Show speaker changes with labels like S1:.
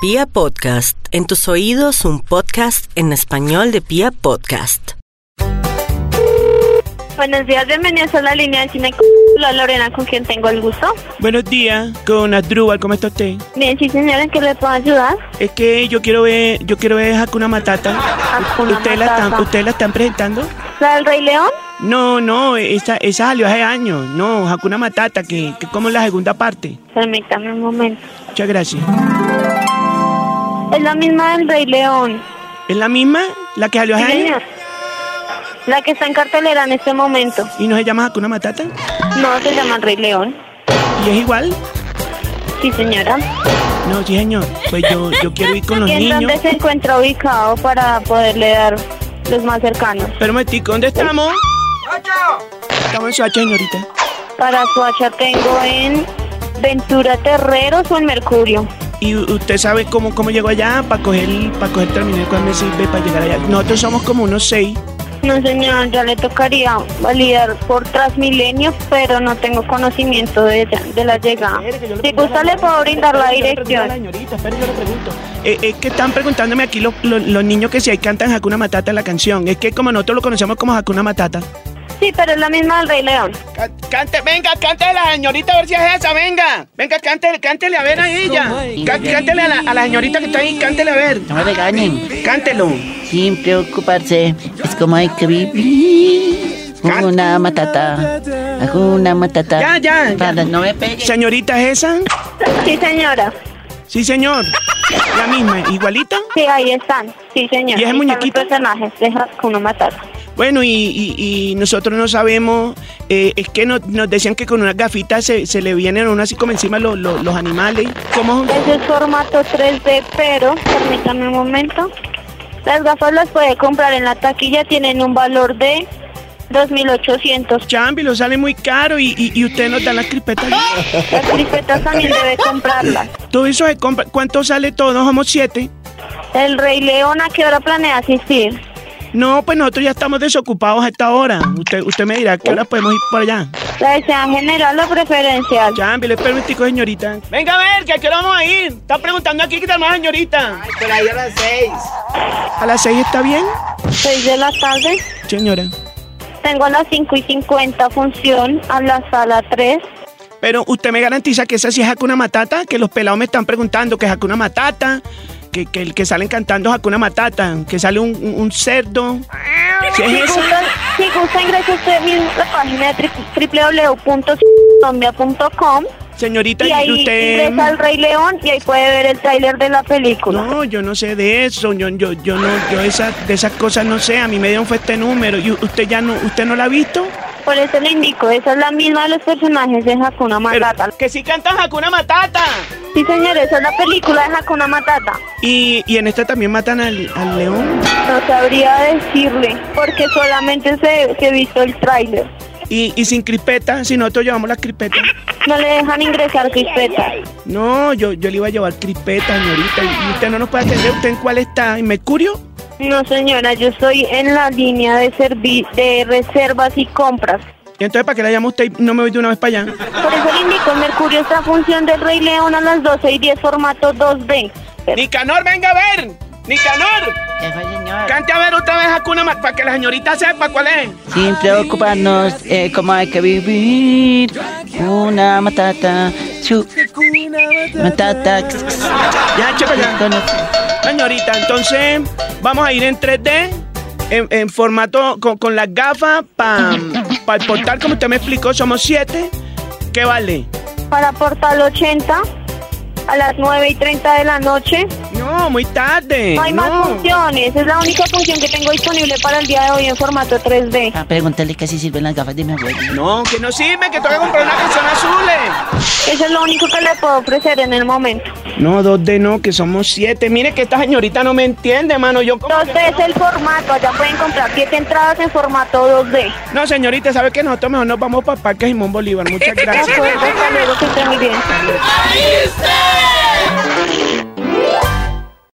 S1: Pia Podcast, en tus oídos un podcast en español de Pia Podcast.
S2: Buenos días, bienvenidos a la línea de cine. La Lorena, con quien tengo el gusto.
S3: Buenos días, con Asdrúbal, ¿cómo está usted?
S2: Bien, sí, señora, ¿en qué le puedo ayudar?
S3: Es que yo quiero ver, yo quiero ver Hakuna Matata.
S2: Hakuna
S3: ¿Usted la están,
S2: Matata.
S3: ¿Usted la están presentando?
S2: ¿La del Rey León?
S3: No, no, esa, esa salió hace años. No, Hakuna Matata, que, que como la segunda parte.
S2: Permítame un momento.
S3: Muchas gracias.
S2: Es la misma del Rey León.
S3: ¿Es la misma? ¿La que salió
S2: Sí,
S3: hace años?
S2: señor. La que está en cartelera en este momento.
S3: ¿Y no se llama Hakuna Matata?
S2: No, se llama el Rey León.
S3: ¿Y es igual?
S2: Sí, señora.
S3: No, sí, señor. Pues yo, yo quiero ir con los
S2: ¿Y en
S3: niños.
S2: dónde se encuentra ubicado para poderle dar los más cercanos?
S3: Pero, momentico, ¿dónde estamos? Estamos en Soacha, señorita.
S2: Para Suacha tengo en Ventura Terreros o en Mercurio.
S3: Y u- usted sabe cómo, cómo llegó allá para coger, para coger terminal, cuál me sirve para llegar allá. Nosotros somos como unos seis.
S2: No, señor, ya le tocaría validar por Transmilenio, pero no tengo conocimiento de ella, de la llegada. Si gusta, le puedo brindar la dirección.
S3: Eh, es que están preguntándome aquí lo- lo- los niños que si ahí cantan Hakuna Matata la canción. Es que como nosotros lo conocemos como Hakuna Matata.
S2: Sí, pero es la misma del Rey León.
S3: Cante, venga, cántale a la señorita a ver si es esa, venga. Venga, cántele, cántele a ver a ella. Cá- Cántele a la, a la señorita que está ahí, cántele a ver.
S4: No me regañen,
S3: Cántelo.
S4: sin preocuparse, es como hay que vivir. Una matata, una matata.
S3: Ya, ya, ya.
S4: Para, no me peguen.
S3: Señorita, ¿es esa?
S2: Sí, señora.
S3: Sí, señor. La misma, igualita.
S2: Sí, ahí están. Sí, señor. Ahí
S3: ¿Y ese
S2: están
S3: muñequito?
S2: Los personajes de Hakuna Matata.
S3: Bueno, y, y- y nosotros no sabemos, eh, es que nos, nos decían que con unas gafitas se, se le vienen a uno así como encima los, los, los animales. ¿Cómo?
S2: Ese es formato 3D, pero, permítame un momento. Las gafas las puede comprar en la taquilla, tienen un valor de 2.800
S3: Chambi, lo sale muy caro y, y, y usted nos da las crispetas.
S2: Las crispetas también debe comprarlas.
S3: Todo eso se compra. ¿Cuánto sale todo? Somos siete.
S2: El Rey León, ¿a qué hora planea asistir?
S3: No, pues nosotros ya estamos desocupados a esta hora. Usted, usted me dirá, ¿qué hora podemos ir por allá?
S2: ¿La desea general o preferencial?
S3: Chambi, le espero un tico, señorita. Venga a ver, que a qué hora vamos a ir. Está preguntando aquí, ¿qué tal más, señorita?
S5: Por ahí a las seis.
S3: ¿A las seis está bien?
S2: Seis de la tarde.
S3: Señora.
S2: Tengo a las 5 y 50 función a la sala 3.
S3: Pero usted me garantiza que esa sí es Hakuna Matata, que los pelados me están preguntando que es Hakuna Matata, que, que el que salen cantando es Hakuna Matata, que sale un, un- un cerdo.
S2: Si
S3: ¿Sí es eso?
S2: gusta, si gusta ingrese usted mismo a la página de www.colombia.com
S3: Señorita,
S2: y
S3: ¿y
S2: ahí
S3: usted.
S2: ingresa el Rey León y ahí puede ver el tráiler de la película.
S3: No, yo no sé de eso, yo, yo, yo no, yo esa, de esas cosas no sé, a mí me dieron fue este número, y usted ya no, usted no la ha visto.
S2: Por eso le indico, esa es la misma de los personajes de Hakuna Matata.
S3: que sí cantan Hakuna Matata.
S2: Sí, señores, esa es la película de Hakuna Matata.
S3: Y, y en esta también matan al, al león.
S2: No sabría decirle, porque solamente se, se visto el tráiler.
S3: Y, y sin crispeta, si nosotros llevamos las crispetas.
S2: No le dejan ingresar crispetas.
S3: No, yo, yo le iba a llevar crispeta, señorita. Y y usted no nos puede atender. ¿Usted en cuál está? ¿En Mercurio?
S2: No, señora, yo estoy en la línea de servi de reservas y compras.
S3: Y entonces, ¿para qué la llama usted? y No me voy de una vez para allá.
S2: Por eso le indico, en Mercurio está función del Rey León a las 12 y 10, formato 2D.
S3: Nicanor, venga a ver. Nicanor,
S4: Ya fue, señor.
S3: cante a ver otra vez Hakuna Matata para que la señorita sepa cuál es.
S4: Sin preocuparnos, eh, como hay que vivir. Una matata, chu, matata. x, x,
S3: Ah, Ya, che, para allá.
S4: con el-
S3: Señorita, entonces vamos a ir en 3D, en, en formato con, con las gafas, para el portal, como usted me explicó, somos 7. ¿Qué vale?
S2: Para Portal 80, a las 9 y 30 de la noche.
S3: No, muy tarde.
S2: No hay más funciones, es la única función que tengo disponible para el día de hoy en formato 3D.
S4: A preguntarle Ah, que si sirven las gafas de mi abuelo.
S3: No, que no sirve, que tengo que comprar una canción azul. eh.
S2: Eso es lo único que le puedo ofrecer en el momento.
S3: No, dos de no, que somos siete. Mire que esta señorita no me entiende, mano. Yo como que-
S2: Entonces es el formato, allá pueden comprar 7 entradas en formato 2D.
S3: No, señorita, ¿sabe que nosotros mejor nos vamos para Parque Simón Bolívar? Muchas
S2: De
S3: gracias.
S2: acuerdo, hasta luego, que esté muy bien.
S6: Ahí está.